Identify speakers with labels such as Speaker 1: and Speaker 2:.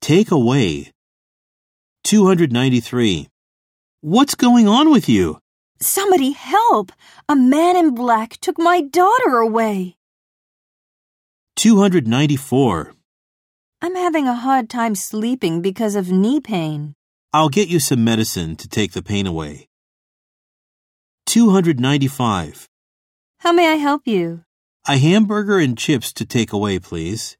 Speaker 1: Take away. 293. What's going on with you?
Speaker 2: Somebody help! A man in black took my daughter away.
Speaker 1: 294.
Speaker 2: I'm having a hard time sleeping because of knee pain.
Speaker 1: I'll get you some medicine to take the pain away. 295.
Speaker 2: How may I help you?
Speaker 1: A hamburger and chips to take away, please.